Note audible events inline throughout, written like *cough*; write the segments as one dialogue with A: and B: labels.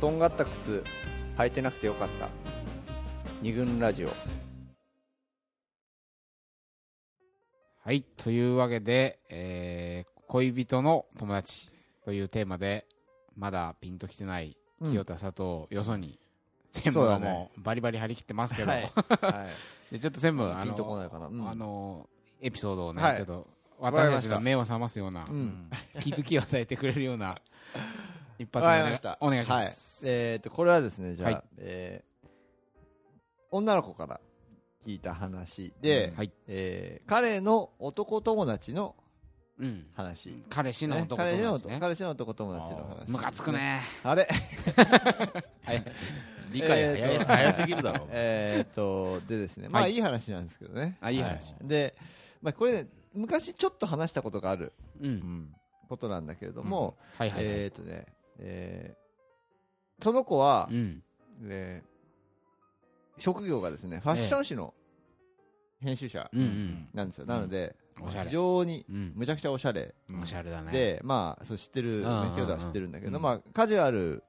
A: とんがった靴履いてなくてよかった二軍ラジオ
B: はい、というわけで、えー恋人の友達というテーマで、まだピンときてない
A: うん
B: 清田佐藤よそに、専
A: そ
B: 務
A: うだ
B: が
A: ね
B: もうバリバリ張り切ってますけど、
A: はい、
B: *laughs*
A: は
B: でちょっと専務、
A: い、
B: あ
A: ピンとこ
B: の、
A: ないかな、うん
B: あのエピソードをね、
A: はい
B: ちょっと
A: かり
B: 私
A: ま
B: た
A: し
B: ち
A: た
B: の目を覚ますような、
A: うん
B: うん気づきを与えてくれるよ
A: *laughs*
B: うな、一発
A: わ
B: 目
A: か
B: お
A: り
B: 願
A: ま
B: い
A: した
B: お願いします。
A: はい、えー、とこれはですねじゃあ、
B: はい
A: えー女の子から聞いた話で、
B: うんはい
A: えー彼の男友達の
B: うん
A: 話、
B: 彼氏の男
A: 彼氏の
B: 友達
A: 男
B: ね。
A: 彼氏の男友達の
B: あ
A: 話
B: ームカつくね。
A: あれ
C: 理解早い
A: えーと
C: 早すぎるだろ
A: えーっとでですねまあ
B: はい
A: いい話なんですけどね
B: あ、いい話。
A: で、まあ、これね昔ちょっと話したことがある、
B: う。
A: うんんことなんだけれども、
B: はいはいはい。
A: えーっとね、えーその子は、
B: うん。
A: えー職業がですねファッション誌の編集者
B: うんうん。
A: なんですよ、なので、
B: おしゃれ
A: 非常に
B: うん。
A: むちゃくちゃおしゃれ
B: おしゃれだね。
A: で、まあ、そう知ってる、ね
B: うんうんうん、
A: ヒョウダは知ってるんだけど、
B: うん
A: まあ、カジュアル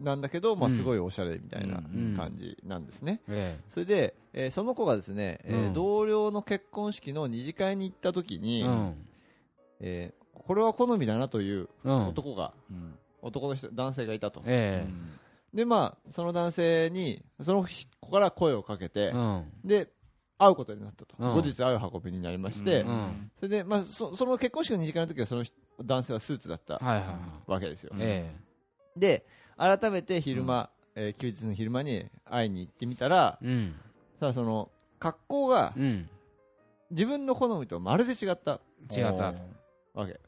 A: なんだけど、まあ、
B: うん
A: すごいおしゃれみたいな
B: うん
A: 感じなんですね。
B: え
A: それで、えーその子がですね、えー
B: うん
A: 同僚の結婚式の二次会に行った時
B: え
A: に、
B: うん。
A: えーこれは好みだなという
B: うん。
A: 男が、
C: うん
A: 男の人、男性がいたと。
B: え
A: で、まあ、その男性に、その子から声をかけて
B: え。う、ん。
A: で、会うことになったと。
B: うん
A: 後日会う運びになりまして、
B: うんうん
A: それで、まあ、そその結婚式の二次会の時は、その人男性はスーツだった
B: はいはいはい。
A: わけですよ。
B: え
A: で改めて昼間、えー休日の昼間に会いに行ってみたら
B: え。うん。
A: さあその格好が
B: うん。
A: 自分の好みとまるで違った
B: 違った。
A: わけ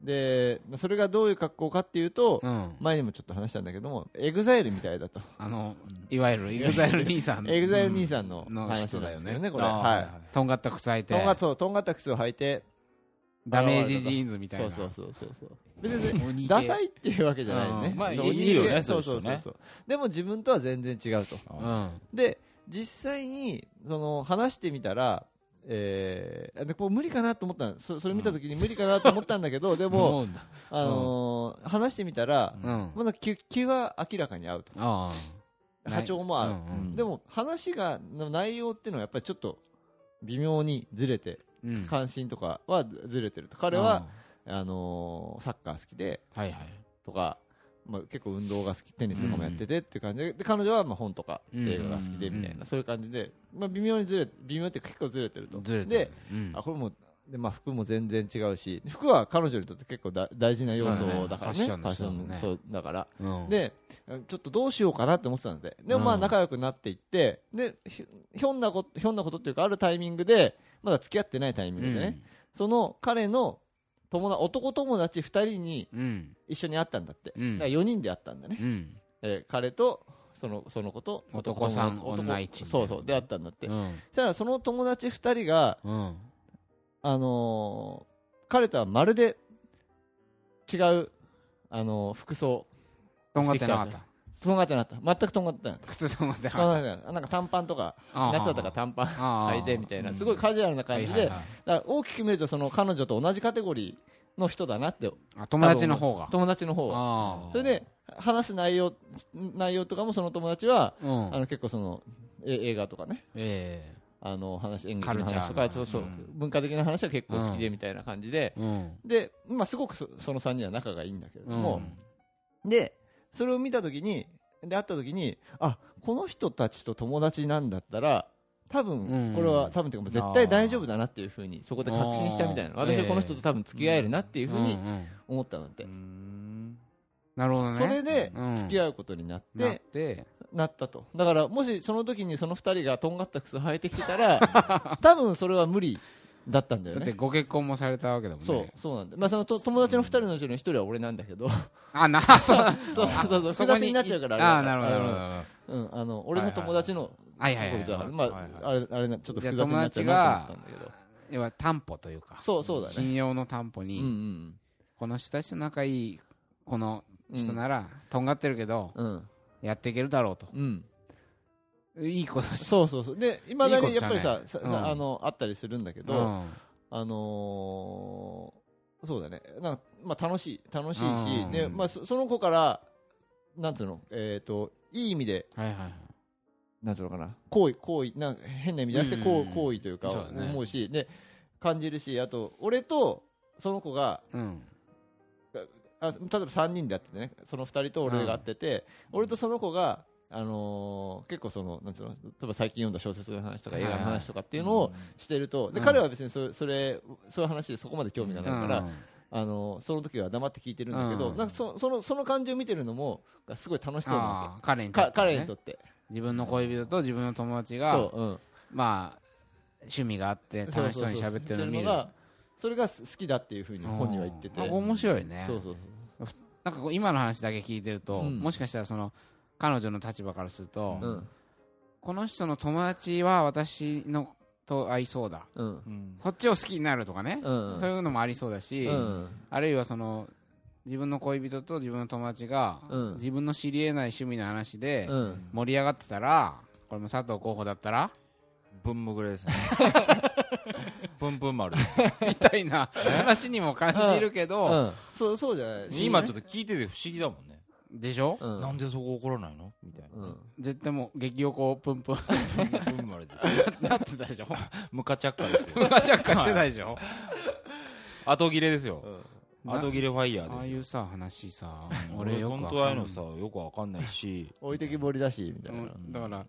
A: でまあそれがどういう格好かっていうと、
B: うん。
A: 前にもちょっと話したんだけどもエグザイルみたいだと
B: あの、いわゆる、エグザイル兄さん
A: *laughs*
B: の。
A: エグザイル兄さんの
B: うん
A: 話
B: の
A: なんです
B: 人
A: よ
B: だよ
A: ね,、
B: ね。
A: これは
B: とんがった靴履い
A: いとん
B: て
A: が、そうとんがった靴を履いて
B: ダメージジーンズみたい
A: そう
B: な。
A: そうそうそうそう別に
C: い
A: ダサいっていうわけじゃないね
C: うんまあ
A: そう
C: いいよね
A: そう
C: そ
A: そう
C: いうう人
A: そう
C: ね
A: そうでも自分とは全然違うと
B: うん。
A: で実際にその話してみたら、えー、でこう無理かなと思ったのそそれ見た時に無理かなと思ったんだけど、でも、
B: 思 *laughs* うんだ。
A: あのー話してみたら、
B: うん。
A: まだ気気は明らかに合うと
B: ああ。
A: 波長も合う、
B: うん
A: でも話がの内容っていうのはやっぱりちょっと微妙にずれて
B: うん。うん。
A: 関心とかはずずれてると彼は、あのーサッカー好きで
B: うん、はいはい。
A: とか、まあ、結構運動が好きテニスとかもやっててっていう感じで,、で彼女はまあ本とか
B: うん
A: 映画が好きでみたいな、
B: うん
A: そういう感じで、まあ、微妙にずれ微妙っていうか結構ずれてると
B: ずれてる。
A: で、
B: うん
A: あこれもで、まあ、服も全然違うし服は彼女にとって結構だ大事な要素だからね
B: そうだねファッションです
A: そ
B: よ
A: うだから、
B: うん、
A: でちょっとどうしようかなって思ってたんででもまあ
B: うん
A: 仲良くなっていってでひひょんなことひょんなことっていうかあるタイミングでまだ付き合ってないタイミングでね、その彼の友達男友達2人に
B: うん。
A: 一緒に会ったんだって、
B: うん
A: だから4人で会ったんだね、
B: うん。
A: えー彼とそのその子と
B: 男さん
A: 男
B: 女一みたい
A: そ
B: な
A: うそう出会ったんだって、
B: う
A: そ
B: ん。
A: したらその友達2人が、
B: うん。
A: あのー彼とはまるで違う、あのー服装
B: とんがってなかった。
A: とんがってなかった全くとんがってなかっ
B: 靴とんがってな
A: たとん
B: か
A: がっ
B: っ
A: てなかったなんか短パンとか
B: た。
A: 夏だったから短パン
B: *laughs* ああ
A: 履いてみたいな
B: うん
A: すごいカジュアルな感じで、
B: はいはいはい
A: だから大きく見るとその彼女と同じカテゴリーの人だなって
B: あ友達の方が。
A: 友達の方は
B: ああ
A: それ、で話す内容内容とかもその友達は
B: うん
A: あ。の結構そのえ映画とかね
B: え
A: あの話演劇
B: カル
A: の
B: チャー
A: 話とかそうそう
B: うん
A: 文化的な話は結構好きでみたいな感じで、
B: え。うん。
A: で、まあ、すごくそその3人は仲がいいんだけれど
B: うん
A: も、でそれを見た時にで会った時にあこの人たちと友達なんだったら多
B: う
A: 分
B: ん
A: これは多分というかもう絶対大丈夫だなっていうふうにそこで確信したみたいな
B: あー
A: 私はこの人と多分付き合えるなっていうふうに
B: んん
A: 思ったんだって、
C: うん
B: なるほどね。
A: それで
B: うん
A: 付き合うことになって、
B: なって、
A: なったとだからもしその時にその2人がとんがった靴履いてきてた
B: *laughs*
A: ら多分それは無理だったんだよ
B: だって
A: ね
B: ご結婚もされたわけだもんね。
A: そう。そうなんだ、まあ、そのと友達の2人のうちの1人は俺なんだけど
B: あ、な、 *laughs* そうだ。
A: そうそうそう複雑になっちゃうから
B: ああ、
A: れだ
B: な
A: か
B: るほ
A: ら
B: ど、なるほど。なる
A: うんうんあの俺の友達の
B: ほどはいはいは
A: だから
B: い。
A: まあ、
C: はいはい
A: あれ、あれな、ちょっと複雑になっちゃう
B: じゃあ
A: なと思ったんだけど。
B: 要は担保というか。
A: そう、そうだね。
B: 信用の担保
A: う
B: に、
A: んうん
B: この人たちと仲いい、この
A: うん。
B: 人なら、とんがってるけど、
A: うん。
B: やっていけるだろうと。
A: うん。
B: いいことし
A: そうそうそう。で、いまだにやっぱりさ、
B: いいことした
A: さ
B: ね
A: さ
B: うん
A: あの、あったりするんだけ
B: う
A: ど、
B: ん
A: あのー、そうだね。なんか、まあ楽しい、楽しいし
B: う、ん
A: で、まあそその子から、なんつうの、えっ、と、いい意味で、
B: はいはいはい。
A: なんつうのかな、行為、行為、なんか変な意味じゃなくて、
B: うんう
A: 行
B: んうん
A: 為行為というか、
B: そうだね
A: 思うし、で、感じるし、あと、俺と、その子が、
B: うん。
A: あ例えば3人でやっててね、その2人と俺が会ってて、俺とその子が、あのー結構その、なんつうの、例えば最近読んだ小説の話とか映画の話とかっていうのをしてると、で、
B: うん
A: 彼は別にそれ、それ、そういう話でそこまで興味がないから、
B: うん、
A: あのその時は黙って聞いてるんだけど、
B: うん
A: なんかそそのその感じを見てるのもすごい楽しそうなわ
B: ああ、彼
A: け
B: にとって、
A: か
B: ね。
A: 彼にとって
B: 自分の恋人と自分の友達が
A: そ、う、うん、
B: まあ、趣味があって楽しそうに喋ってるのを見る。
A: がそれが好きだっていうふうに本人は言ってて、
B: うんあ面白いね。
A: そうそうそう
B: なんかこう今の話だけ聞いてると、
A: うん
B: もしかしたらその彼女の立場からすると、
A: うん
B: この人の友達は私のと合いそうだ
A: うん
C: うん
B: そっちを好きになるとかね、
A: うん
B: そういうのもありそうだし、
A: うん
B: あるいはその自分の恋人と自分の友達が、
A: うん
B: 自分の知り得ない趣味の話で
A: うん
B: 盛り上がってたらこれも佐藤候補だったら
C: ブンムグレ *laughs* ですねブンブン丸です
B: みたいな話にも感じるけど、
A: うんそうそうじゃない
C: *laughs* 今ちょっと聞いてて不思議だもんね
B: でしょ、
A: うん
C: なんでそこ怒らないのみたいな
A: うん
B: 絶対もう激横プンプ *laughs* ン
C: ブンブン丸です *laughs*
B: なってたでしょ
C: ムカチャッカですよ
B: ムカチャッカしてないでしょ
C: 後切れですよ
B: な
C: 後切れファイヤー
B: ああ
C: です
B: い
C: よ
B: うさ話さ俺
C: 俺
B: よく
C: 本
B: わ
C: 当ああ
B: か
C: いうんのさよくわかんないし
A: 置いてきぼりだしみたいうな、
B: んだから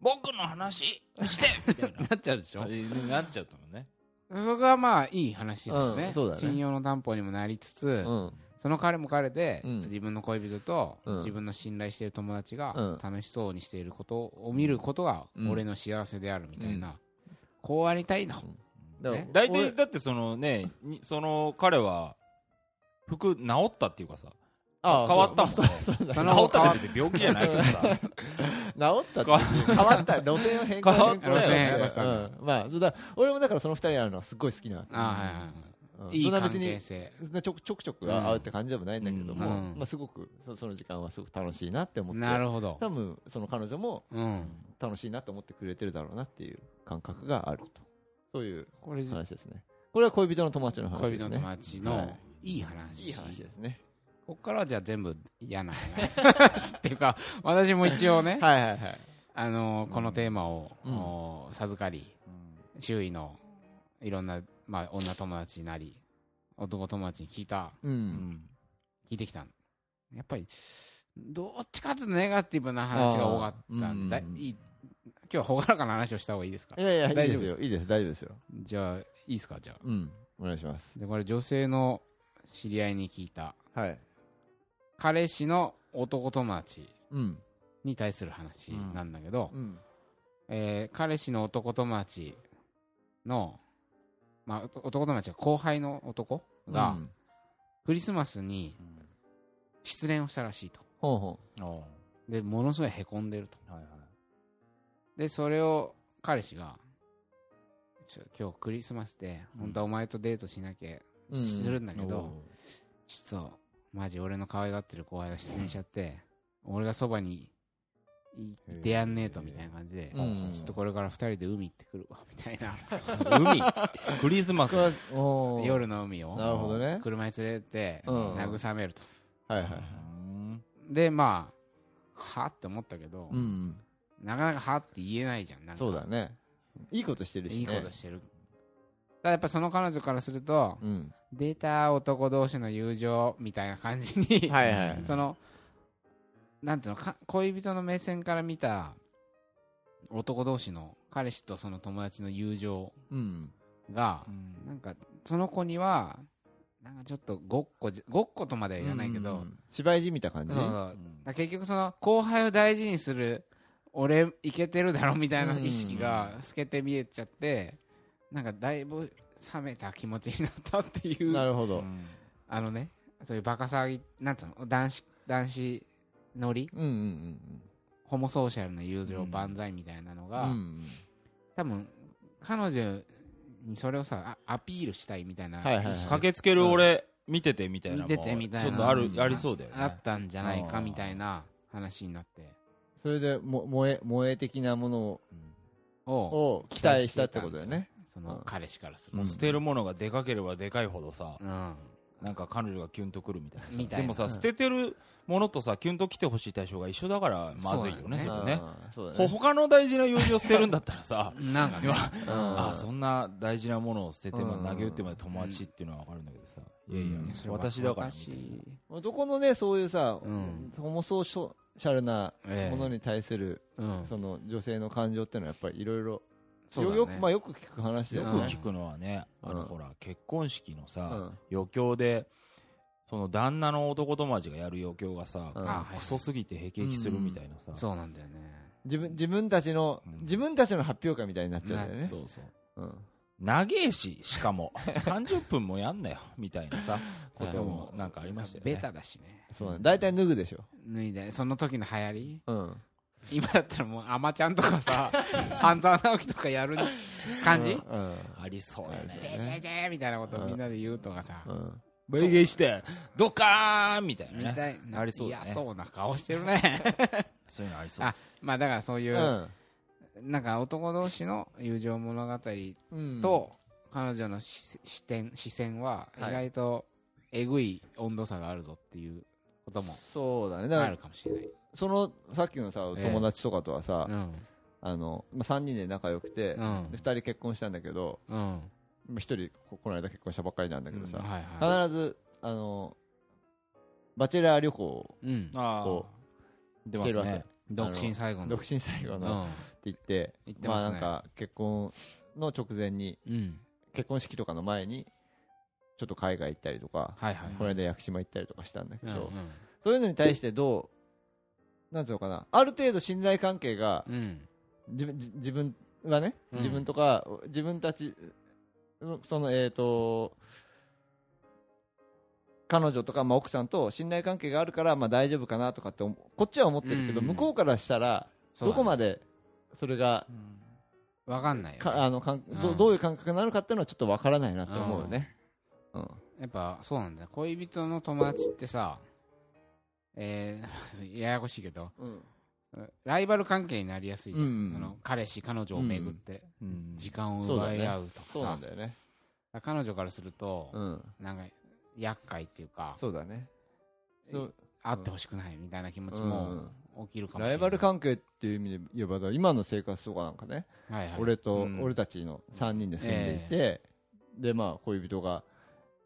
C: 僕の話してみたいな
B: なっちゃうでしょ
C: あれになっちゃったのね
B: そこがまあいい話だよね,、
A: うんそうだね
B: 信用の担保にもなりつつ、
A: うん
B: その彼も彼で、
A: うん
B: 自分の恋人と、
A: うん
B: 自分の信頼している友達
A: う
B: が
A: ん
B: 楽しそうにしていることを見ることが
A: うん
B: 俺の幸せであるみたいな、こうありたいの、
A: だから
B: ね
C: 大
A: 俺
C: 体だってそのねにその彼は服治ったっていうかさ
A: ああ
C: 変わったもん
A: そう
C: ね
A: そうそうだ
B: そ
C: 治
B: の後
C: った
B: 変わ
C: って別に病気じゃないけどさ
A: 治ったって変わった路線を変更
C: 変わっ
A: 変更だよね
B: 路線変更した
A: うんまあそうだ俺もだからその二人に会うのはすごい好きなわけ
B: ああはいはいはい
A: うん
B: い
A: そ
B: い
A: んな
B: 関
A: 別に
B: 係性
A: ねちょくちょくちょく会うって感じでもないんだけども、
B: うん
A: まあ、すごくそその時間はすごく楽しいなって思って
B: なるほど
A: 多分その彼女も
B: うん
A: 楽しいなと思ってくれてるだろうなっていう感覚があるとそういう
B: これ
A: 話ですねこれは恋人の友達の話
B: 恋
A: で
B: 人
A: す
B: の
A: ね
B: 友達のいい話、
A: いい話ですね
B: こっからはじゃあ全部嫌な話っていう
A: *laughs*
B: か私も一応ね、
A: はいはいはい
B: あのーこのテーマを、
A: うん
B: おー授かり周囲のいろんな、まあ、女友達なり男友達に聞いた
A: うん、
C: うん
B: 聞いてきたのやっぱりどっちかというとネガティブな話が多かったんで
A: あーうん
B: だいい今日は朗らかな話をした方がいいですか
A: いやいや
B: 大
A: 大丈
B: 丈夫
A: 夫です
B: で
A: すよいいです大丈夫ですよ
B: じゃあいいですかじゃあ
A: うんお願いします
B: でこれ女性の知り合いに聞いた
A: はい
B: 彼氏の男友達
A: うん
B: に対する話なんだけど、
A: うん
B: えー彼氏の男友達の、まあ、お男友達が後輩の男が、
A: うん
B: クリスマスに失恋をしたらしいと
A: ほうほ
C: ああは
B: でものすごいへこんでると
C: いはい
B: でそれを彼氏がちょ今日クリスマスで
C: うん
B: 本当はお前とデートしなきゃ、
A: う
B: する
A: ん
B: んだけど、
C: お
B: ちょっとマジ俺の可愛がってる後輩が失恋しちゃって、俺がそばにいいてやんねえとみたいな感じで、
A: うん
B: ちょっとこれから二人で海行ってくるわみたいな
C: ー海クリスマス
A: これはおー
B: 夜の海を
A: なるほどね
B: 車に連れて
A: うん
B: 慰めると、
A: はいはいはい
C: うん
B: でまあはって思ったけど、
A: うん
B: なかなかはって言えないじゃんなんか
A: そうだねいいことしてるしね
B: いいことしてるただやっぱその彼女からすると
A: うん
B: 出た男同士の友情みたいな感じに、
A: *laughs* はいはい
B: そのなんていうのか恋人の目線から見た男同士の彼氏とその友達の友情
A: うん
B: が
C: う、ん
B: なんかその子にはなんかちょっとごっこじごっことまでは言わないけ
A: う
B: ど、
A: ん芝居じみた感じ
B: そうそうだから結局その後輩を大事にする俺いけてるだろみたいな意識が透けて見えちゃってなんかだいぶ冷めた気持ちになったってい
A: な
B: う
A: るほ
C: う
A: ど。
C: ん
B: あのねそういうバカ騒ぎなんつうの男子男子ノリ
A: うんうんうん
B: ホモソーシャルの友
C: う
B: 情
C: ん
B: 万歳みたいなの
A: うん。
B: が、多分彼女にそれをさあアピールしたいみたいな、
A: はいはいはい
C: 駆けつける俺見ててみたいな
B: 見ててみたいな
C: ちょっとある
A: うん
C: ありそうだよね
B: あったんじゃないかみたいな話になって
A: それでも萌え萌え的なもの
B: を
A: を期待したってことだよね。
B: そ
A: うん
B: の彼氏からする
C: もう捨てるものがでかければでかいほどさ
B: うん、
C: なんか彼女がキュンとくるみたいなさ
B: みたいな
C: でもさ、
A: うん
C: 捨ててるものとさキュンと来てほしい対象が一緒だからまずいよね
B: そう
C: そ
B: だ
C: れ
A: うん
C: ね
A: そうだ
C: ほ
A: ね
C: 他の大事な用事を捨てるんだったらさ
B: なんかね
A: うん
C: あそんな大事なものを捨てて、ま
A: うん
C: 投げ打ってまで友達っていうのは分かるんだけどさ、
A: うん
C: いやいや
A: うん
B: それは
C: 私だからみ
B: 私
C: たいな
A: 男のねそういうさ、
B: うん
A: ホモソーシャルな
B: ええ
A: ものに対する、
B: うん
A: その女性の感情っていうのはやっぱりいろいろ
B: そうだね
A: よくまあよく聞く話だ
C: よ
A: よ
C: く
A: ね
C: 聞くのはね、
A: うん
C: あのほら結婚式のさ、
A: うん
C: 余興でその旦那の男友達がやる余興がさ、
A: うん
B: あはい
C: クソすぎてへきへきするみたいなさ、
B: そうなんだよね
A: 自分自分たちの、
C: うん
A: 自分たちの発表会みたいになっちゃうんだよね、
C: そうそう
A: うん
C: 長えししかも30分もやんなよみたいなさことも
B: も
C: なんかありましたよ
B: ベ
C: ね
B: タだしね
A: そうだね大体脱ぐでしょ、
B: 脱いでその時の流行り
A: うん、
B: 今だったらもうアマちゃんとか
A: *laughs*
B: さ半沢直樹とかやる感じ
A: うん
C: ありそうよね
B: ジェジェジェみたいなことみんなで言うとかさ
A: うん
C: ベゲしてドカーンみたい
B: み
C: な
B: た
C: ね
B: いな
C: ありそうだね
B: 嫌そうな顔してる
A: *laughs*
B: ね
C: そういうのありそう
B: あまあだからそういううんなんか男同士の友情物語
A: うん
B: と彼女の視視点視線は意
A: はい
B: 外とえぐい温度差があるぞっていうことも
A: そうだねだか
B: あ
A: ら
B: るかもしれない
A: そのさっきのさ
B: ええ
A: 友達とかとはさ、
B: うん
A: あのまあ、3人で仲良くて、
B: うん
A: で2人結婚したんだけど
B: うん
A: 1人ここの間結婚したばっかりなんだけどさ、
B: はいは
A: 必ずあのバチェラー旅行を
B: いうん
C: あー
A: こ
C: 出ます
A: してるわ
C: ね
A: け
B: 独身最後の
A: 独身最後
B: う
A: のっ
B: ん
A: て言って,、
B: 言ってますね
A: あなんか結婚の直前に
B: うん
A: 結婚式とかの前にちょっと海外行ったりとか、
B: はいはい
A: この間屋久島行ったりとかしたんだけ
B: うん
A: ど、そういうのに対してどうなんていうのかなある程度信頼関係が
B: うんうん
A: 自分自自分がね、
B: うん
A: 自分とか自分たちうんそのえっ、と彼女とか、まあ、奥さんと信頼関係があるから、まあ、大丈夫かなとかって思こっちは思ってるけど、
B: うん
A: 向こうからしたら
B: そう
A: ど
B: だね
A: こまでそれが
B: わかんないよ
A: かあのかん
B: う
A: ど
B: ん
A: どういう感覚なのかっていうのはちょっとわからないなと思うよね。うん
B: やっぱそうなんだよ恋人の友達ってさえー *laughs* ややこしいけど
A: うん
B: ライバル関係になりやすいじゃん、
A: うんうん
B: その彼氏彼女をめぐって
C: うん
B: 時間を奪い合うとか
A: そう
B: さ、
A: なんだよね。
B: 彼女からすると、
A: うん、
B: なんか厄介っていうか
A: そうだね。そう
B: 会ってほしくないみたいな気持ち
A: う
B: も
A: ん
B: 起きるかもし
A: ラ
B: れない、
A: イバル関係っていう意味で言えばだから今の生活とかなんかね、
B: はいはい、
A: 俺と、
C: うん
A: 俺たちの3人で住んでいて、でまあ恋人が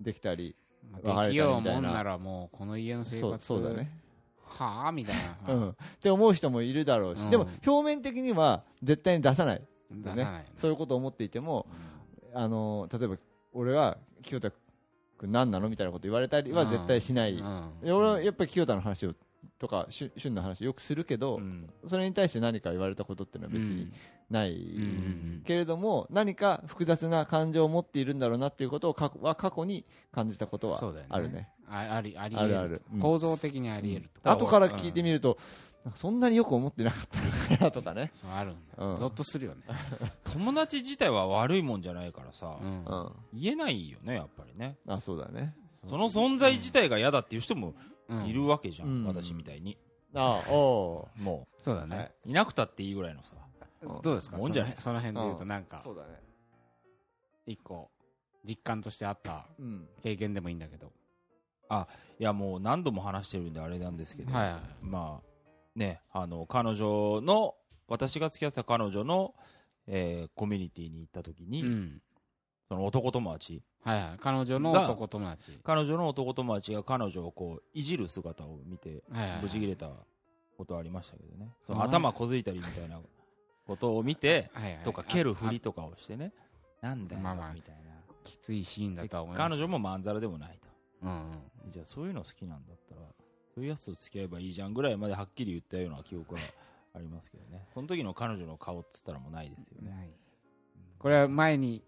A: できたり
B: まあできよう
A: 別れたみ
B: もん
A: たいな
B: ならもうこの家の生
A: そう
B: 活
A: そうだね、
B: はあみたいな、
A: うん、って思う人もいるだろうし、
B: うん
A: でも表面的には絶対に出さない、
B: 出さないよね、
A: そういうことを思っていても、あの例えば俺が清田君何なのみたいなこと言われたりは絶対しない、
B: うん
A: で俺はやっぱり清田の話をとかしゅ旬の話よくするけど、
C: うん
A: それに対して何か言われたことっていうのは別にない、
B: うんうんうん
A: けれども何か複雑な感情を持っているんだろうなっていうことを過去は過去に感じたことは
B: そうだよね
A: あるね
B: あありあり
A: あるある、うん
B: 構造的にあり得るとか、
A: 後から聞いてみると、なんかそんなによく思ってなかったのかなとかね、
B: そうあるんだ
A: うん
B: ゾッとするよね、
C: 友達自体は悪いもんじゃないからさ、
B: うん
A: うん、
C: 言えないよねやっぱりね
A: あそうだね
C: その存在自体が嫌だっていう人も
B: うん
C: いるわけじゃん、
A: うん
C: 私みたいに
A: ああお
C: も
B: そうだ
A: う、
B: ね、
A: はい、
C: ういなくたっていいぐらいのさ
B: どうですか
C: もんじゃない
B: その辺その辺で言うとなんか
A: そうだね
B: 一個実感としてあった
A: うん
B: 経験でもいいんだけど
C: いやもう何度も話してるんであれなんですけど、
B: はいはい
C: まあねあの彼女の私が付き合ってた彼女の、えーコミュニティに行った時に、
B: うん
C: その男友達
B: はいはい彼女の男友達
C: 彼女の男友達が彼女をこういじる姿を見て
B: はいはい
C: 無事切れたことはありましたけどね、そ
B: うん
C: の頭こづいたりみたいなことを見て、
B: はいはい
C: とか蹴る
B: あ
C: ふりとかをしてねなんだよ
B: まあまあ
C: みたいな
B: あきついシーンだとは思います
C: 彼女もまんざらでもない
B: う
C: と
B: んうん
C: じゃあそういうの好きなんだったらそういうやつと付き合えばいいじゃんぐらいまではっきり言ったような記憶はありますけどねその時の彼女の顔っつったらもうないですよね、
B: ないこれは前に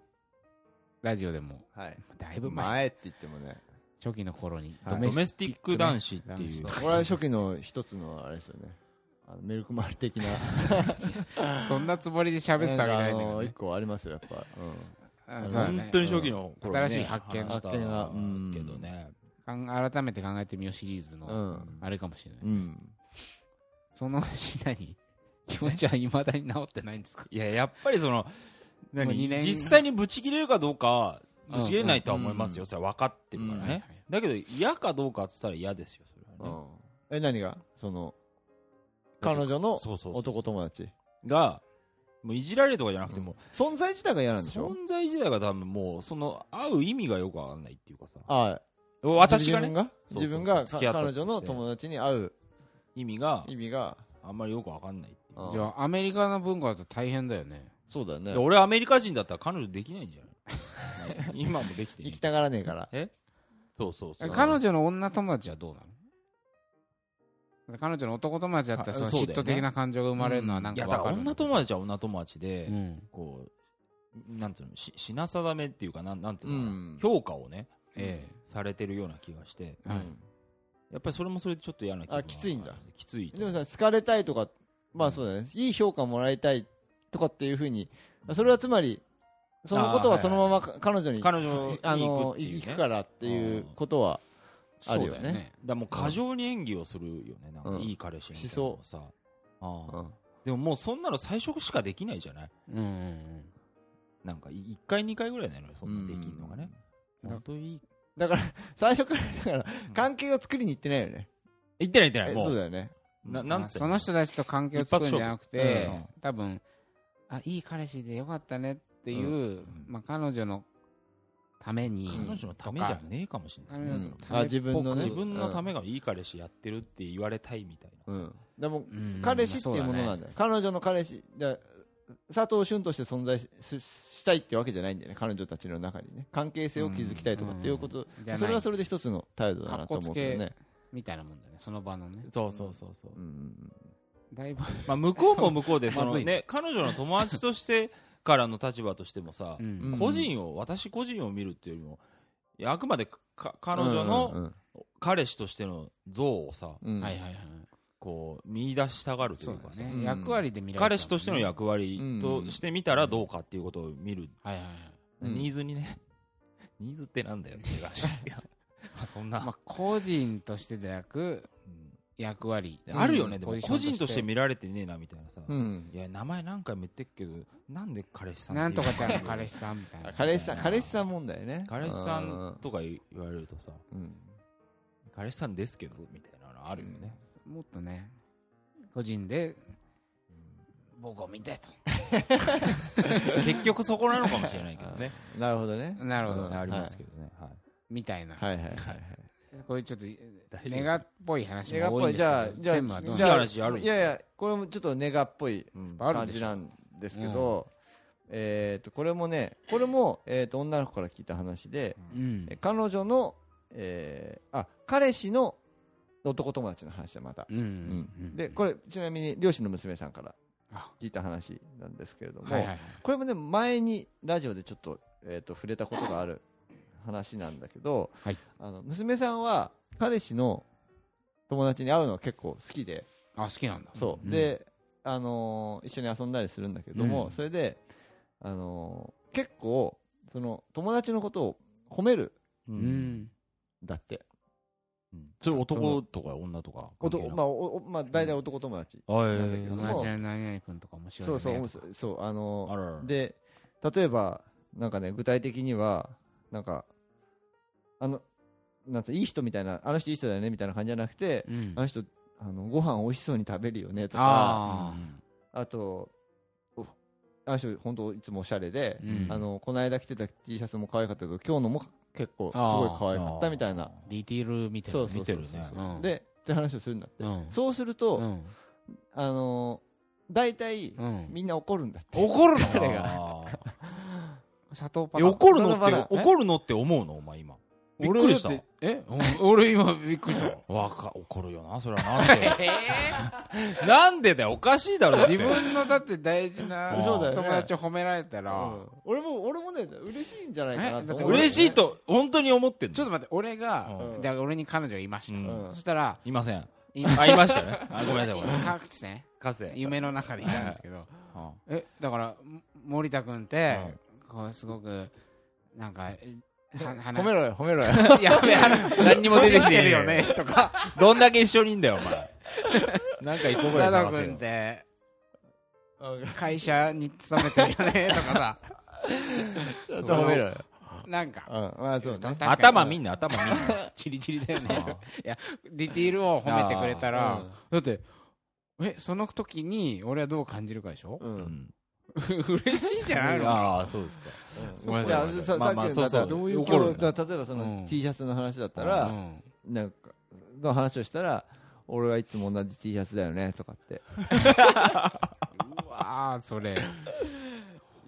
B: ラジオでも
A: はい
B: だいぶ前
A: 前って言ってもね
B: 初期の頃に
A: はい
C: ドメスティック男子って
B: ドメ
C: い
B: ス
C: う
B: ティ
A: こ
B: ッ
A: れは初期の一つのあれですよねあのメルクマル的
C: *laughs*
A: な
B: *laughs* クそんなつもりで喋ってたわけじゃない
A: あ
B: んだけど
A: の
B: ね
A: 一個ありますよやっぱ、うん
B: うんそうだね
C: 本当に初期の頃、ね
B: 新しい発見
C: 話した
A: 発見がうん
C: けどね
B: かん改めて考えてみようシリーズ
A: う
B: の
A: ん
B: あれかもしれない
A: うん、
B: その次第に *laughs* 気持ちはいまだに治ってないんですか
C: いややっぱりその
B: もう二
C: 何
B: 年
C: 実際にブチ切れるかどうかぶち切れないとは思います
A: う
C: よ。
A: ん
C: それは分かってるから
A: うんはい
C: ね。だけど、嫌かどうかって言ったら嫌ですよ、それはね。
A: え、何がその、彼女の
C: そうそうそう。
A: 男友達。
C: が、もういじられるとかじゃなくて、もう
A: 存在自体が嫌なんでしょ
C: 存在自体が多分もう、その、会う意味がよくわかんないっていうかさ。
A: あ
C: 私
A: 自
C: が
A: 分
C: ね、
A: が
C: そうそうそう
A: 自分が
C: 付き合ったと
A: 彼
C: して
A: 女の友達に会う
C: 意味が
A: 意味が。
C: あんまりよくわかんないっていう
A: あ
B: じゃあアメリカの文化だと大変だよね
A: そうだよね
C: いや。俺アメリカ人だったら彼女できないん
A: *laughs*
C: じゃないない今もできて
A: 行
C: い
A: きたがらねえから。
C: そうそうそう。
B: 彼女の女友達はどうなの彼女の男友達だったら
C: あ
B: その
C: そう
B: 嫉
C: だよね
B: 妬的な感情が生まれるのはなん
C: い
B: か
C: や、
B: わ
C: だか
B: からる
C: 女友達は女友達で、
B: うん
C: こう、なんつうの、し品定めっていうか、なんなんつう
A: う
C: のかな、
A: ん。
C: 評価をね、
B: え
C: されてるような気がして、
B: えは
A: う
B: い
A: ん
C: やっぱりそれもそれでちょっと嫌な気分
A: あきついんだ。
C: きついと
A: で
C: 思
A: も
C: う。
A: さ、好かれたいとか、まあそうだね、いい評価もらいたいとかっていうふうに、それはつまり、そのこと
C: あ
A: は
C: ー
A: そのままか彼女に、
C: 彼女
A: あ
C: に行
A: の
C: くっていう、ね、
A: 行くからっていうことはあるよ
C: そうだよ
A: ね。
C: だからもう過剰に演技をするよね、なんか
A: うん
C: いい彼氏みたいなのをさ。ああ
A: うん
C: でももうそんなの最初しかできないじゃない
B: うんうん
C: なんか1回2回ぐらいなのよ、そんなできんのがね。
B: うん
C: 本当にいい。
A: だから、最初から、だから、関係を作りに行ってないよね。
C: 行ってない行ってない、
A: え
C: も
A: そう
C: う。
A: だよね。
C: な
B: ま
C: な
B: あ
C: んつう
B: その人たちと関係を作るんじゃなく
C: 一
B: て
C: 発勝負
B: 多分あいい彼氏でよかったねっていう、
C: ん
B: まあ、彼女のために
C: 彼女のためじゃねえかもしれ
B: う
C: ない
B: ん
C: ね。
A: うん
C: そ
A: あ自分
C: の
A: のね
C: 自分のためがいい彼氏やってるって言われたいみたいな
A: う
C: さ。
A: ん。でも、
B: うん
A: 彼氏っていうものなんだよ。彼女の彼氏、だ佐藤俊として存在しししたいってわけじゃないんだよね。彼女たちの中にね。関係性を築きたいとかっていうこと、
B: うんじゃない
A: それはそれで一つの態度だなと思うけどね。
B: みたいなもんだよねその場のね
C: そうそうそうそう
A: う。ん。
B: だいぶ、
C: まあ向こうも向こうで、そ
B: ま
C: の
B: ずい
C: ね、彼女の友達としてからの立場としてもさ
B: う、ん
A: うん
C: 個人を、私個人を見るっていうよりも、いやあくまでか彼女
A: うんうん
C: の
A: うん
C: 彼氏としての像をさ、
A: うん
B: はいはいはい
C: こう、見出したがると
B: そ
C: いううか
B: だ
C: さ、
B: ね、
A: うん
B: 役割で見られ
C: 彼氏としての
B: 役
C: 役割として見たらどうかっていうことを見る。
B: はいはいはい
A: うん
C: ニーズにね、 *laughs* ニーズってなんだよっていう話ですけどまあそんな、
B: まあ個人としてでなく
C: うん
B: 役割
C: であるよね、
B: うん
C: でも
B: ポジショ
C: 個
B: ン
C: 人として見られてねえなみたいなさ、
A: うん
C: いや、名前何回も言ってっけど、なんで彼氏さん
B: なんとかちゃんの
C: の
B: 彼
C: 氏。
B: 氏さんみたいな
A: あ彼氏さん、彼氏さん問題ね。
C: 彼氏さんとか言われるとさ、
A: うん。うん
C: 彼氏さんですけど、みたいなのあるよね。
B: もっとね個人で僕を見て
C: 結局そこなのかもしれないけどね。
A: なるほどね
B: と。なるほど、
A: うん
C: ありますけどね。はい。
B: みたいな、
A: はいはいはいはい。
B: こういうちょっと
C: 大丈夫
B: ネガっぽい話
A: ネガっ
B: も多
A: ぽ
B: いん
A: い、
B: で
A: じ
B: すけ
A: ゃあ
B: ど、
A: じゃあ、
B: 全部はどう
A: じ
B: な
A: ゃ
B: の
C: いい話あるんです
A: い
C: か
A: やいや、これもちょっとネガっぽい
C: うん
B: ある
A: 感
B: でしょ
A: じなんですけど、えっと、これもね、これも、えっと、女の子から聞いた話で、
B: うん
A: え彼女の、えーあ、彼氏の男友達の話だ、また。
B: うんうん
A: で、これ、ちなみに、両親の娘さんから
B: あ
A: 聞いた話なんですけれども、
B: はいはいはい
A: これもね、前にラジオでちょっと、えっ、と、触れたことがある話なんだけど、
B: はい
A: あの、娘さんは、彼氏の友達に会うのが結構好きで、
B: あ好きなんだ
A: そう。
B: ん
A: で、あのー一緒に遊んだりするんだけども、
B: うん
A: それで、あのー結構、その、友達のことを褒める
C: う。
B: うんん
A: んだって。
C: それ男とか女とか関係
A: 男
C: なく。
A: まあ、おおまあ、大体男友達。
C: あええ
A: なんだけど
B: 友
A: まあ
B: 達の何々君とか面白い
A: そ
B: よ
A: う
B: ね
A: そう、そう、あのー
C: あららら
A: で例えばなんかね具体的にはなんかあのなんていい人みたいなあの人いい人だよねみたいな感じじゃなくて、
B: うん
A: あの人あのご飯美味しそうに食べるよねとかあ
B: あ
A: とおあの人本当いつもおしゃれで、
B: うん
A: あのこの間着てた T シャツも可愛かったけど今日のも結構すごい可愛かったみたいな
B: あディティールみたいな
A: そうそうそう
C: 見てるね
B: うん
A: でって話をするんだって、
B: うん
A: そうすると、
B: うん
A: あの大体
B: うん
A: みんな怒るんだって、
B: 怒るの
C: 彼
B: あ
C: が。
B: ー砂糖
C: え
B: パン
C: 怒るの
A: バラ
C: っ
A: バ
C: て、
A: ラ
C: 怒るのって思うのお前今。びっくりした
B: 俺だってえうん俺今びっくり *laughs* した
C: わか、怒るよな、それはなん
B: *laughs*
C: で。
B: え
C: なんでだよ、おかしいだろ、
B: *laughs* ー自分のだって大事な
C: そうだよ
A: ね
B: 友達を褒められた
A: う
B: ら
A: ん俺も俺もね嬉しいんじゃないかなと
B: えだって
A: 思う
C: 嬉しいと、本当に思ってんの。
B: ちょっと待って俺が
A: うん
B: じゃあ俺に彼女がいまし
C: うん
B: たそしたら
C: いません。
B: 今
C: あ、いましたよね。あ、ごめんなさい、ごめんなさい。
B: かつてね
C: かせ。
B: 夢の中でいたんですけど
C: うん
B: えだからも森田君ってこうすごくなんかははな
A: 褒めろよ褒め
C: *laughs*
A: ろよ
B: やべえ何にも出てきてるよねとか
C: どんだけ一緒にいんだよ、お前。なんか一 *laughs* 個ぐらい
B: 佐
C: 探
B: 藤
C: せ
B: 君
C: よ
B: っ。て会社に勤めてるよねとかさ
A: そう褒めろようん
B: なんか
A: まあそうね
B: 確かに
C: 頭見んな、頭見んな。
B: チリチリだよねいやディティールを褒めてくれたら、だってえその時に俺はどう感じるかで
A: *laughs*
B: しょ
A: う
C: うんん
B: 嬉しいんじゃないの
C: ああ、そうですか。
A: そ
B: ごめん
A: う
B: な
A: じゃ
C: さ
A: あさ
C: いまあ
A: さっき
C: まあ
A: の
C: そう
A: だ
C: そう
A: どういう
C: 怒るんだ
A: 今日例えばその
B: うん
A: T シャツの話だった
B: う
A: ら
B: ん
A: なんかの話をしたら俺はいつも同じ T シャツだよねとかって
B: うわーそれ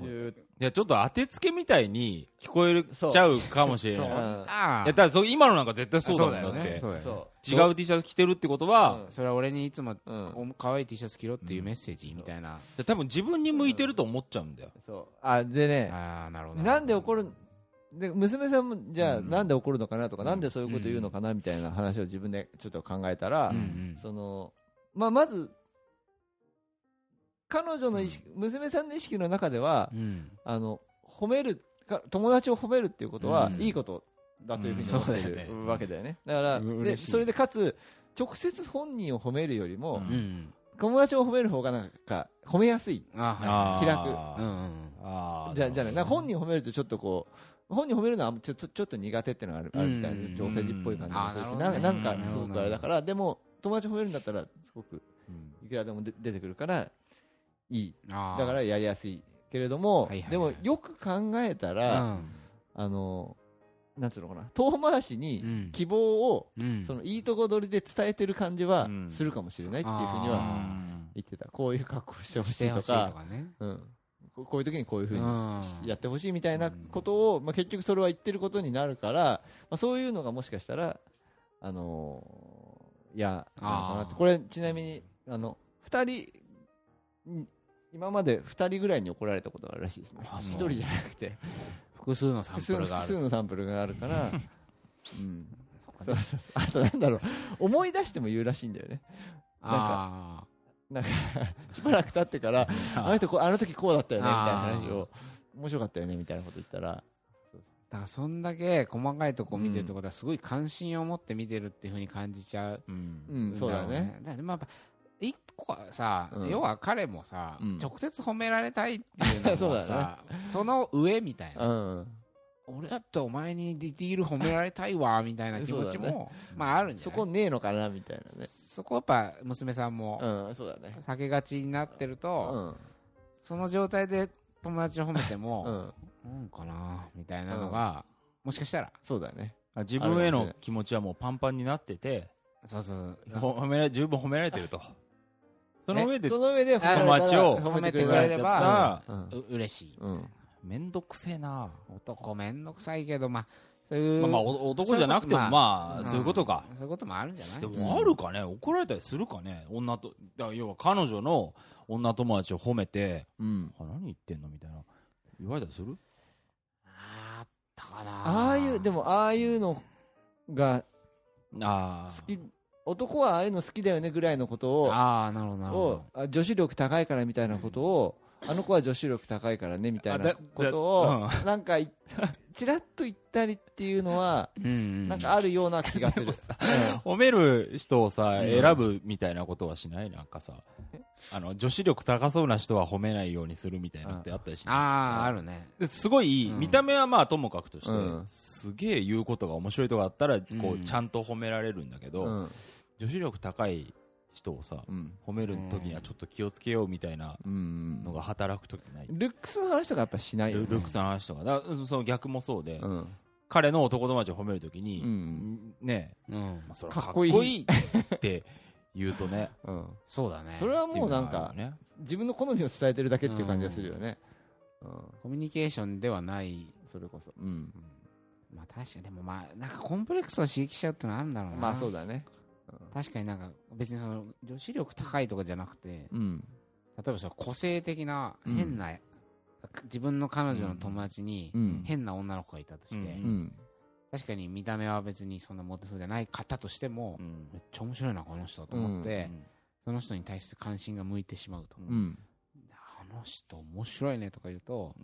A: いう
C: いや、ちょっと当てつけみたいに聞こえる
A: そう
C: ちゃうかもしれ
A: う
C: ない。
A: ん
C: いや、
B: ああ
C: だからそう今のなんか絶対そうだもんだ
B: よ
C: っ
B: ね
C: て。
B: そうだよね
A: そ
C: 違う T シャツ着てるってことは、
B: それは俺にいつも
A: ううん
B: お可愛い T シャツ着ろっていうメッセージみたいな、
C: で多分自分に向いてると思っちゃうんだよ。
A: そうあでね
B: ああなるほど
A: なんで怒るで娘さんもじゃあ
B: うん
A: なんで怒るのかなとか、
C: うん
A: なんでそういうこと言うのかなみたいな話を自分でちょっと考えたら、
B: うんうん
A: そのまあ、まず彼女の意識、娘さんの意識の中では、
B: うん
A: あの褒めるか友達を褒めるっていうことは、
B: うん
A: いいことだというふうに思って
B: うんそう
A: る
B: だ、よ
A: わけだよねだから
B: う
A: で
B: 嬉しい
A: それでかつ直接本人を褒めるよりも、
C: うん
B: うん
A: 友達を褒める方がなんか褒めやすい
B: あはい
C: ああ
A: 気楽
B: うんう
C: あ
B: ん
C: あ
A: じゃじゃあねなんか本
C: 人
A: 人を褒めるとちょっとこう本人を褒めるのはちょちょちょっと苦手っていうのがあるあるみたい
B: うん
A: な女性児っぽい感じもするし
B: うん
A: な
B: あー
A: な
C: なる
A: ん
C: ほどね
A: かすごくあれだからでも友達を褒めるんだったらすごくいくらでも出出てくるからいい
B: ああ
A: だからやりやすいけれども
B: はいはいはい
A: でもよく考えたらあのなんつうのかな遠回し
B: う
A: に
B: ん
A: 希望を
B: うん
A: そのいいとこ取りで伝えてる感じは
C: うん
A: するかもしれないっていうふうに
B: あ
A: は
B: ー
A: 言ってたこういう格好してほし
B: して
A: い
B: ほ
A: と
B: しいと
A: か
B: かね
A: うんここういう時にこういうふうに
B: うん
A: やってほしいみたいなことを、まあ、結局それは言ってることになるから、まあ、そういうのがもしかしたら、あのーいやなのかなって
B: あー
A: これちなみにあの2人ん今まで2人ぐらいに怒られたことがあるらしいですね
C: あ
A: 1
C: そう
A: 人じゃなくて
B: 複数のサン
A: 複
B: プ
A: 数の
B: ル
A: 複
B: がある
A: 数のサンプルがあるから
B: *laughs*
A: うんそうそうそうあとなんだろう思い出しても言うらしいんだよね
B: ああ
A: しばらく経ってからあの人こうあの時こうだったよねみたいな話を面白かったよねみたいなこと言ったら
B: だからそんだけ細かいとこ見てるってことはすごい関心を持って見てるっていうふうに感じちゃう
C: うん
A: うんそうだよね
B: だからまあやっぱ一個はさ、
A: うん
B: 要は彼もさ、
A: うん
B: 直接褒められたいっていう
A: *laughs*
B: の
A: そうだ
B: も
A: ね
B: さその上みたいな、
A: うん
B: 俺だってお前にディティール褒められたいわみたいな気持ちも、
A: *laughs* そうだ
B: まああるんじゃ
A: そ
B: ないそ
A: こ
B: こ
A: ねえのかなみたいなね
B: やっぱ娘さんも
A: うんそうだね
B: 避けがちになってる
A: う
B: と、
A: ん
B: その状態で友達を褒めて
A: う
B: も、
A: ん
B: うんかなみたいなのが、もしかしたら
A: そうだね
C: あ自分への気持ちはもうパンパンになってて、
B: そうそうそう
C: ほ *laughs* 褒められ十分褒められ
B: *laughs*
C: てると。その上で
A: その上で
B: あ
C: 友達を
B: 褒めて
C: 褒
B: く
C: めら
B: れ
C: れ
B: れ
C: た
B: ば、
C: ら、
A: うん
B: う嬉しい
A: うん
C: めんどくせえな。
B: 男めんどくさいけどまあそういう、
C: まあまあ、お男じゃなくて
B: そ
C: も、
B: ういうこと
C: ま
B: う
C: あ、
B: ん
C: そういうことか。
B: そういうこともあるんじゃない
C: で
A: うん
C: も、あるかね怒られたりするかね女と、だから要は彼女の女友達を褒めて、
A: うん
C: あ何言ってんのみたいな。言われたりする
B: あったかな
A: ああいうでもああいうのが
C: あ
A: 好き男はああいうの好きだよねぐらいのことを
B: ああなるほどなるほ
A: をあ女子力高いからみたいなことをあの子は女子力高いからねみたい
C: あだ
A: な
C: だ
A: ことをなんかいちらっと言ったりっていうのは
B: どうん
A: なんかあるような気がする
C: 褒める人をさ、
B: うん
C: 選ぶみたいなことはしないなんかさ、あの、女子力高そうな人は褒めないようにするみたいなのってあったりしない
B: あああるね
C: ですごい、
B: うん
C: 見た目はまあともかくとして、
A: うん
C: すげえ言うことが面白いとかあったら、こ
B: う
C: う、
B: ん
C: ちゃんと褒められるんだけ
A: う
C: ど、
A: ん
C: 女子力高い人をさ、
A: うん
C: 褒める時にはちょっと気をつけようみたいな
A: うん
C: のが働く時ない。
A: ルックスの話とかやっぱしないよ
C: ル
A: ね
C: ルックスの話とか、だからその逆もそうで、
A: うん
C: 彼の男友達を褒めるときに、
A: うん
C: ねえ、
B: うん
C: まあ、それは
A: か
C: か
A: っ
C: っ
A: こ
C: こ
A: いい
C: いいって言うとね、
A: うん
B: そうだね
A: それは *laughs* もうなん
C: っ
A: か
C: ていのがあるよね
A: 自分の好みを伝えてるだけっていう感じがするよね。うん、
B: コミュニケーションではない
A: それこそ。うん。
B: まあ確かにでもまあなんかコンプレックスを刺激しちゃうってのはあるんだろうな
A: まあそうだね。
B: 確かになんか別にその女子力高いとかじゃなくて例
A: うん。
B: えばその個性的な
A: うん
B: 変な、自分の彼女の友達に
A: うん
B: 変な女の子がいたとして、
C: うん
A: う。
C: うん
B: 確かに見た目は別にそんなモテそうじゃない方としても、
C: うん
B: めっちゃ面白いなこの人と思って、その人に対して関心が向いてしまうと、
A: う。
C: うん
B: あの人面白いねとか言うと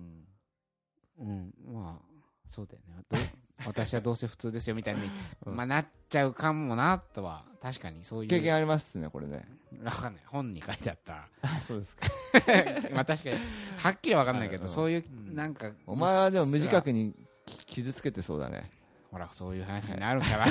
C: うん
B: うんまあそうだよねどう *laughs* 私はどうせ普通ですよみたいに、
A: うん
B: まあ、なっちゃうかもなとは確かにそういう
A: 経験ありますね、これね。
B: わかんない本に書いてあった
A: あ、そう *laughs* ですか。
B: まあ確かにはっきりわかんないけ
A: う
B: ど
A: ん
B: そういう
C: うん
B: なんか
A: お前はでも無自覚にき傷つけてそうだね
B: ほら、そういう話になるから。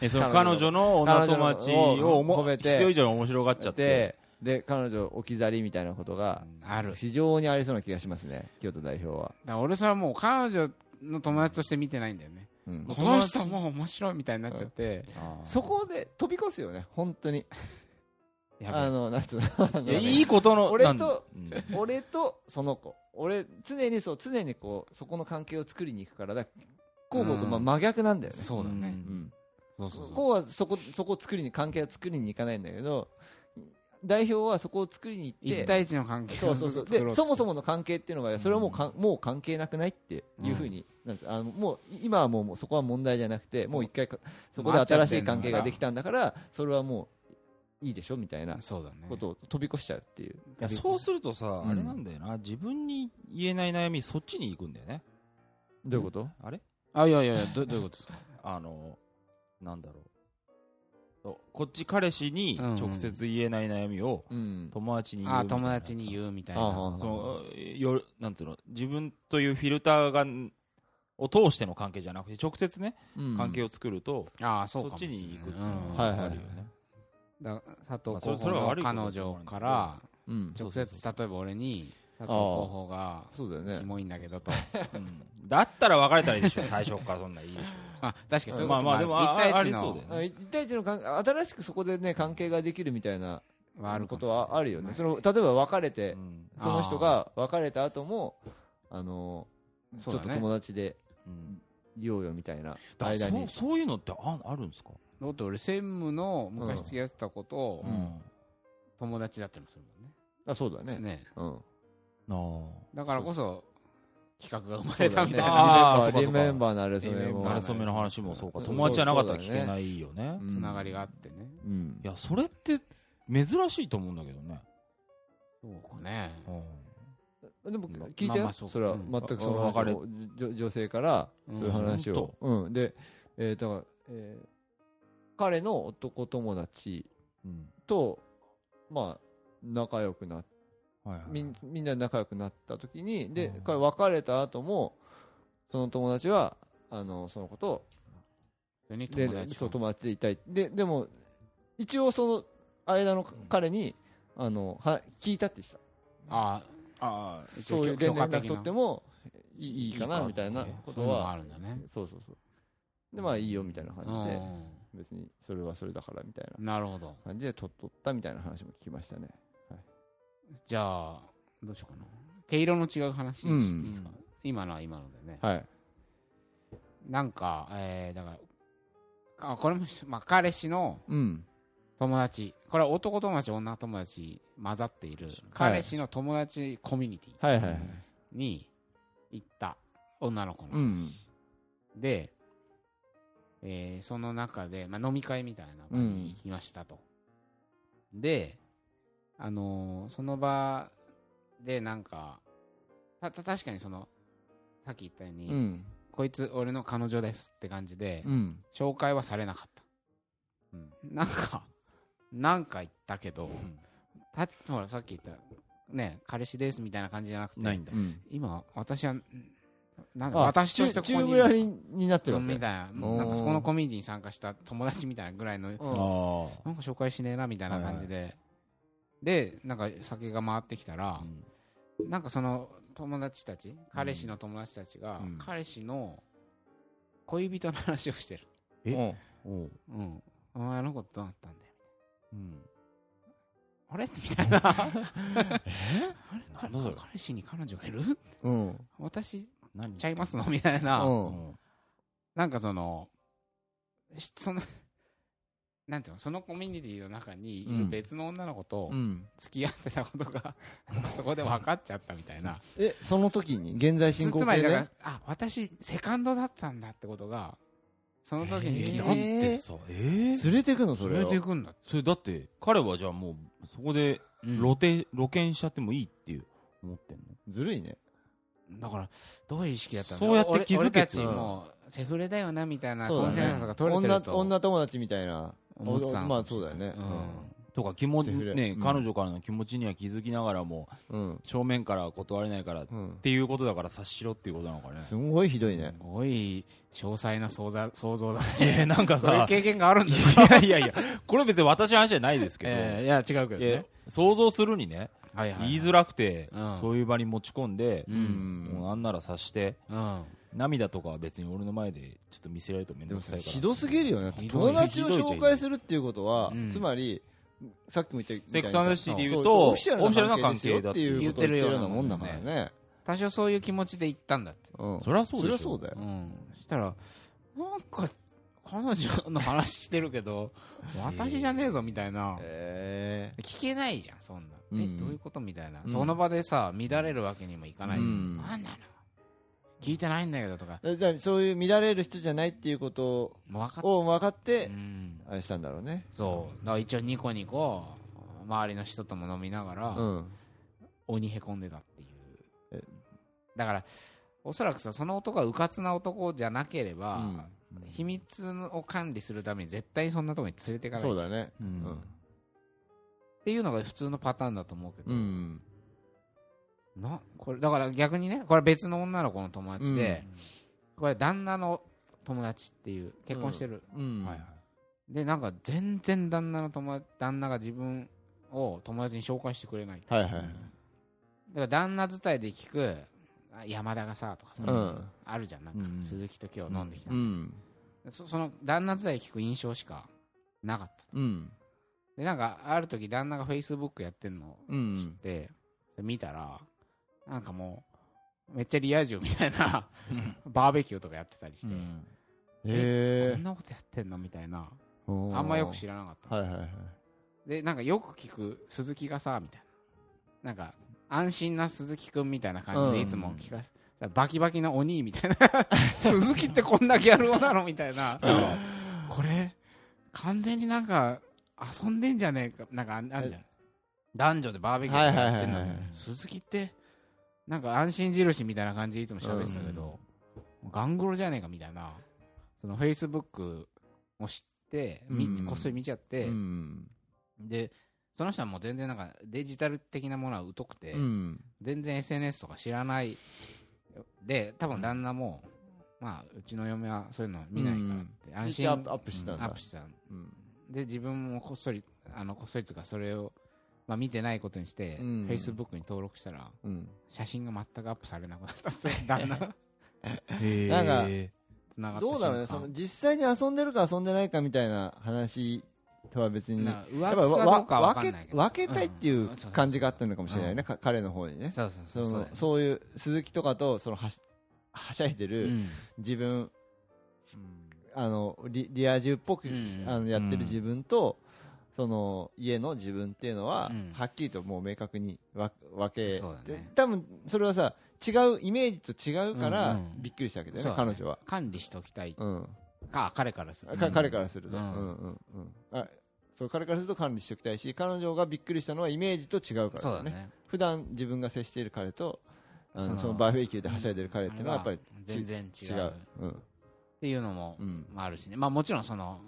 C: えその彼女の女友達を
A: 彼女を
C: 思
A: 褒めて
C: 必要以上に面白がっちゃって
A: でで彼女置き去りみたいなことが
B: ある。だか
A: 非常にありそうな気がしますね京都代表は、
B: ら俺それはもう彼女の友達として見てないんだよね。
A: うん
C: お
B: この
C: 友達
B: 人もう面白いみたいになっちゃって。
A: そこで飛び越すよね本当に
B: やばい
A: あのなんつうのあの
C: いやいいことの
A: 俺と
C: なんうん
A: *laughs* 俺とその子俺常にそう常にこうそこの関係を作りに行くからだこうこうとまあ
B: うん
A: 真逆なんだよね、
B: そうだね。
A: うん
B: そうそうそう。
A: こうはそこそこを作りに関係を作りに行かないんだけど代表はそこを作りに行って
B: 一対一の関係
A: そ
B: を
A: うそうそう
B: 作ろう
A: で
B: と
A: そもそもの関係っていうのがそれはもうかん、もう関係なくないっていうふうに、なんですあのもうい今はもうもうそこは問題じゃなくてもう一回かそこで新しい関係ができたんだからそれはもういいでしょみたいな
B: そうだね。
A: ことを飛び越しちゃうっていう
C: いやそうするとさ、
A: ん
C: あれなんだよな自分に言えない悩みそっちに行くんだよね
A: どういうこと
C: あれ
B: あ、いやいやいや、どどういうことですか
C: あのなんだろうそうこっち彼氏に直接言えない悩みを
A: うん
C: 友達に言う
B: あ、
C: みたいな
B: 友達に言うみたい
A: あ
B: な。
A: ああ
C: そのよなんつうの自分というフィルターがを通しての関係じゃなくて直接ね
A: うん
C: 関係を作ると、
B: ああ、そ
C: そうっ
B: かもし
C: ち
B: れない。
C: に行くっていうの
A: んはい
C: が
A: はい
C: あるよね、
B: だ佐藤
C: まあそ
B: 候
C: れ
B: 補
C: それは
B: の
C: 悪いこと
B: 彼女から
A: うん
B: 直接
C: そうそう
B: 例えば俺に佐藤候補が
A: そうだよ
B: キ
A: ね
B: モいんだけどと
C: うんだったら別れたらいいでしょ最初からそんなんいいでし
B: あ確かにそういう
C: ま
B: こ
C: あ
B: と
C: まあでも
B: 一
C: あ
B: 対一の
C: ありそうだよ
A: あ一対一の関新しくそこでね関係ができるみたいな
B: はある
A: ことはあるよね
B: まあ
A: その例えば別れて
C: ょ、うん
A: その人が別れた後もあのち
B: そ
A: ょ
B: う
A: っ
B: だ
A: と
B: ね
A: 友達で
C: うん
A: いようよみたいな
C: だ
A: 間
C: そ
A: に
C: うそういうのってああるんですか、
B: だって俺専務の昔付き合ってた子と
A: うん
B: 友達だったりもするも
A: あそうだね
B: んねね
A: うん
C: ああ
B: だからこそ企画が生ま
A: そうだ
B: れた
A: ね
B: *laughs* みたいな
C: あーそうかそうか
A: リメンバーなれそ
B: リ
A: れ
B: メン
A: も
C: な
B: バ
C: れ
B: ー
C: そめの話もそうか
A: そうそう
C: 友達じゃなかったら
A: そう
C: 聞
A: だね
C: けないよね
A: うん
B: つながりがあってね
A: うん
C: いやそれって珍しいと思うんだけどね、
B: そうかね
A: でも
C: まあ
A: 聞いた
B: ま
A: よ
B: あそう
A: それは
B: うん
A: 全くその
C: 別
A: 話
C: れ
A: をじょ女性からそういう話をうんでえーだからえー彼の男友達
C: うん
A: とまあ仲良くなっ
C: はいはい
A: みんみんな仲良くなった時にで
C: うん
A: 彼別れた後もその友達はあのその子と
B: それに
A: 連
B: 友
A: 絡
B: 達
A: そう友達でいたいででも一応その間の彼にあのは聞いたって言ってた
B: あ
C: ああ
A: そういう連
B: 許可
A: 絡
B: 的な
A: 取ってもいいいいかなみたいな
B: あ
A: こ
B: そ
A: と
B: ういうのも
A: は
B: あるんだね
A: そうそうそうでまあいいよみたいな感じで
B: う
A: 別にそれはそれだからみたいなん
B: なるほど
A: 感じで取っとったみたいな話も聞きましたね
B: じゃあ、どうしようかな。毛色の違う話していいですか、
C: うん
B: 今のは今のでね。
A: はい
B: なんか、えー、だから、あこれもし、まあ、彼氏の
A: うん
B: 友達、これは男友達、女友達混ざっている、彼氏の友達コミュニティ
A: はいはいはい
B: に行った女の子の話。
A: うん
B: で、えーその中で、まあ、飲み会みたいな場に行きましたと。で、あのーその場でなんか、た、た、確かにその、さっき言ったように、
A: うん
B: こいつ俺の彼女ですって感じで、
A: うん
B: 紹介はされなかった。
C: うん
B: なんか、なんか言ったけど、
C: ん
B: た、ほらさっき言った、ね、彼氏ですみたいな感じじゃなくて、
C: ないんだ
A: うん
B: 今、私は、なんだ
A: あ
B: 私としてここ
A: チュ
B: にい
A: ー
B: る
A: ブラリンになってるわけ
B: みたいな、
A: うん
B: なんかそこのコミュニティに参加した友達みたいなぐらいの、なんか
A: う
C: あ
A: ん
C: あ
B: 紹介しねえなみたいな感じで、で、なんか酒が回ってきたら
C: う、ん
B: なんかその友達たち、彼氏の友達たちが、
C: うん
B: 彼氏の恋人の話をしてる。
C: え
A: うん
C: おう
B: うん。お前あのことどうなったんだよ。
C: うん
B: あれみたいな。
C: なんだそ
B: 彼
C: れ
B: 氏に彼女がいる
A: うん
B: 私
C: 何
B: ちゃいますのみたいな。
A: うん
B: なんかその、しその、 *laughs* なんていうの、そのコミュニティの中にいる別の女の子と
A: うん
B: 付き合ってたことが、 *laughs* そこで分かっちゃったみたいな。
A: えその時に現在進
B: つ
A: 行
B: つま
A: 形
B: りだか
A: ね
B: ら、あ、私、セカンドだったんだってことが、その時に気
C: え
A: なん
B: づい
A: で
B: て、
C: ーだってさえー
A: 連れてくのそ
B: そ
A: れ
B: れ
A: を
B: でいくんだって。
C: それだって彼はじゃあもうそこで露呈露見しちゃってもいいっていう思ってんの
A: ずるいね
B: だから、どういう意識だったんだ
C: そうやって気
B: 俺俺
C: づけて
B: たちも、セフレだよな、みたいな
A: そう
B: コ
A: だ
B: ン
A: ね
B: センサスが取れて
A: 女
B: ると
A: 女友達みたいな
B: 思ってたのかもしれない
A: まあそうだよね
B: うん
C: とか気持ち、
A: セフレ
C: ね
A: うん
C: 彼女からの気持ちには気づきながらも
A: うん
C: 正面から断れないからっ
A: うん
C: ていうことだから察しろっていうことなのかね
A: すごいひどいね
B: すごい詳細な想像想像だね。
C: えー *laughs* なんか
B: そういう
C: さ
B: 経験があるん
C: *laughs* い
B: です
C: やいやいやこれ別に私の話じゃないですけど、
B: えーいや、違うけど
C: いや
B: ね。
C: 想像するにね、
B: はいはいはい。
C: 言いづらくて、
B: うん
C: そういう場に持ち込んで、
B: う。
A: うんん
C: もうなんなら察して
B: うん。
C: 涙とかは別に俺の前でちょっと見せられると面
A: で
C: 倒
A: も
C: くさ
A: さ
C: いから
A: ひどすぎるよね
B: ひどい
A: 友達を紹介するっていうことは、
B: うん
A: つまりさっきも言った
C: セックスアンドザシティで言うと
A: オフィシャルな関係ですよっていうことを言ってるようなもんだからね
B: 多少そういう気持ちで行ったんだって。
A: うん
C: そりゃそうでし
A: そ
C: ょ
A: りゃそうだよ
B: うん。そしたら、なんか、彼女の話してるけ *laughs* ど、私じゃねえぞみたいな。
A: え
B: 聞けないじゃん、そんな。
A: うん
B: え、どういうことみたいな。
A: うん
B: その場でさ、乱れるわけにもいかない。
A: うん
B: なんなの聞いてないんだけどとか。
A: えじゃあそういう見られる人じゃないっていうこと
B: もう分かっ。
A: を分かってて
B: うん。
A: あれしたんだろうね
B: そう。だから一応ニコニコ、周りの人とも飲みながら、
A: うん
B: 鬼へこんでたってい
A: え
B: う。だから、おそらくさ、その男がうかつな男じゃなければ、秘密を管理するために絶対にそんなところに連れていかない
A: そ
B: じゃ
A: うん
B: っ
A: だね
C: うん
A: うん
B: ていうのが普通のパターンだと思うけど、
A: うん
B: なこれだから逆にねこれ別の女の子の友達で、これ旦那の友達っていう結婚してる、
A: うん
C: はいはい
B: でなんか全然旦那の友達旦那が自分を友達に紹介してくれない
A: はいはい
B: だから旦那伝いで聞くあ山田がさとかさ、
A: うん
B: あるじゃんなんか、
C: うん
B: 鈴木と今日飲んできた、
A: うん
B: そその旦那伝いで聞く印象しかなかった
A: うん
B: でなんかある時旦那がフェイスブックやってんの
A: う
B: 知っ
A: ん
B: て、見たらなんかもうめっちゃリア充みたいな *laughs* バーベキューとかやってたりして、
C: うん
A: へ
B: こんなことやってんのみたいな
A: え
B: あんまよく知らなかった、
A: はいはいはい
B: でなんかよく聞く鈴木がさみたいななんか安心な鈴木くんみたいな感じ
A: う
B: で
A: ん
B: いつも聞かせ、バキバキのお兄みた
A: *laughs*
B: いな鈴木ってこんなギャル男なのみたいなこれ完全になんか遊んでんじゃねえかなんかあんあんじゃん男女でバーベキューやってん
A: は
B: のに、
A: いはいはいはい
B: 鈴木ってなんか安心印みたいな感じでいつも喋ってたけど、ガングロじゃねえかみたいなそのフェイスブックを知って、み
A: うん
B: こっそり見ちゃって、
A: うん
B: でその人はもう全然なんかデジタル的なものは疎くて、
A: うん
B: 全然 SNS とか知らないで多分旦那も、まあうちの嫁はそういうの見ないからって、安心
A: アップアップしてたんだ
B: うアップしてた
A: うん
B: で自分もこっそりあのこっそりつうかそれを、まあ、見てないことにして、
A: うん
B: Facebook に登録したら
A: うん
B: 写真が全くアップされなくなった
A: *laughs*
B: っすよ旦那
C: へー
A: なんか
B: 繋がった瞬間
A: どうだろうね、その実際に遊んでるか遊んでないかみたいな話とは別に、
B: な
A: やっ
B: 上
A: ぱ
B: 手かどうかは
A: 分
B: 分かんないけ
A: け
B: ど
A: 分けたいっていう
B: うん
A: 感じがあったのかもしれないね、
B: うん
A: か彼の方にね。
B: そうそう
A: そ
B: そう
A: の
B: そ
A: そうういう鈴木とかとそのはしはしゃいで
B: う
A: る
B: ん
A: 自分、あのリリア充っぽく、
B: うん
A: あのやってる自分と、その家の自分っていうのは、
B: うん
A: はっきりともう明確に分分け
B: そうだね
A: で多分それはさ違うイメージと違うから、
B: うんうん
A: びっくりしたわけだよ
B: そ
A: ね
B: うだね
A: 彼女は。
B: 管理しておきたい
A: うん
B: か彼からする
A: か
B: うん
A: 彼からすると、
B: う
A: うんんうんうんあそう彼からすると管理しておきたいし彼女がびっくりしたのはイメージと違うから
B: そう
A: だ
B: だ
A: ね
B: ね
A: 普段自分が接している彼とあの
B: そ
A: そ
B: の
A: のバーベキューではしゃいでる彼っていうのはやっぱり
B: 全然違
A: 違
B: うっ
A: ううん
B: ていうのも
A: うん
B: まああるしねまあもちろんその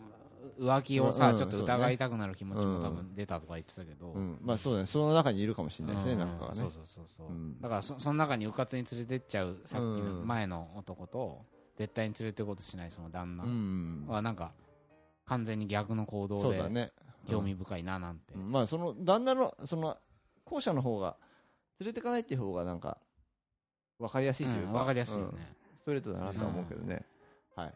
B: 浮気を
A: う
B: さ、
A: んうん
B: ちょっと
A: そうだね
B: 疑いたくなる気持ちも多
A: う
B: 分出たとか言ってたけど、
A: うんまあそうだねその中にいるかもしれないですね
B: うん
A: なんかはね
B: そうそうそうそう、
A: うん
B: だからそその中にうかつに連れてっちゃうさっきの前の男と、絶対に連れて行こうとしないその旦那
A: うん
B: はなんか完全に逆の行動
A: そうだ
B: で
A: ね
B: 興味深いななんて、
A: うんまあその旦那のその後者の方が連れてかないっていう方がなんか分かりやすいというか
B: 分かりやすいよね、
A: うんストレートだなとは思うけどねはい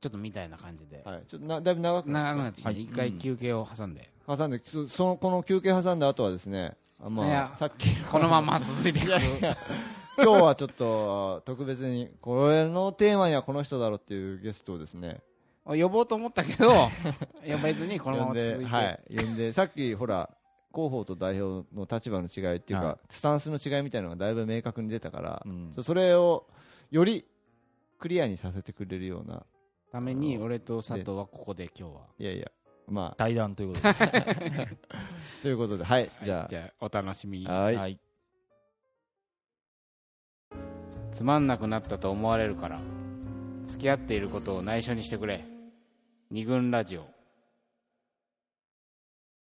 B: ちょっとみたいな感じで、
A: はいちょっとなだいぶ長くなっちゃ
B: 長
A: った
B: くなってきて
A: はい
B: 一回休憩を挟んで、
A: 挟んでそそのこの休憩挟んだ後はですねあ
B: い
A: ま
B: や
A: あさっき
B: このまま続いていく
A: *laughs* 今日はちょっと特別にこれのテーマにはこの人だろうっていうゲストをですね
B: 呼ぼうと思ったけど呼ばずにこのま
A: 呼ん
B: ま続
A: で
B: いて、
A: はい呼んでさ *laughs* っきほら広報と代表の立場の違いっていうか、
C: は
A: スタンスの違いみたいなのがだいぶ明確に出たから、
C: うん
A: そそれをよりクリアにさせてくれるような
B: ために俺と佐藤はここで今日はい
A: やいやまあ
C: 対談ということで
A: ということではい、じゃ
B: じゃあお楽しみに
A: あはい
C: はい
B: つまんなくなったと思われるから付き合っていることを内緒にしてくれ二軍ラジオ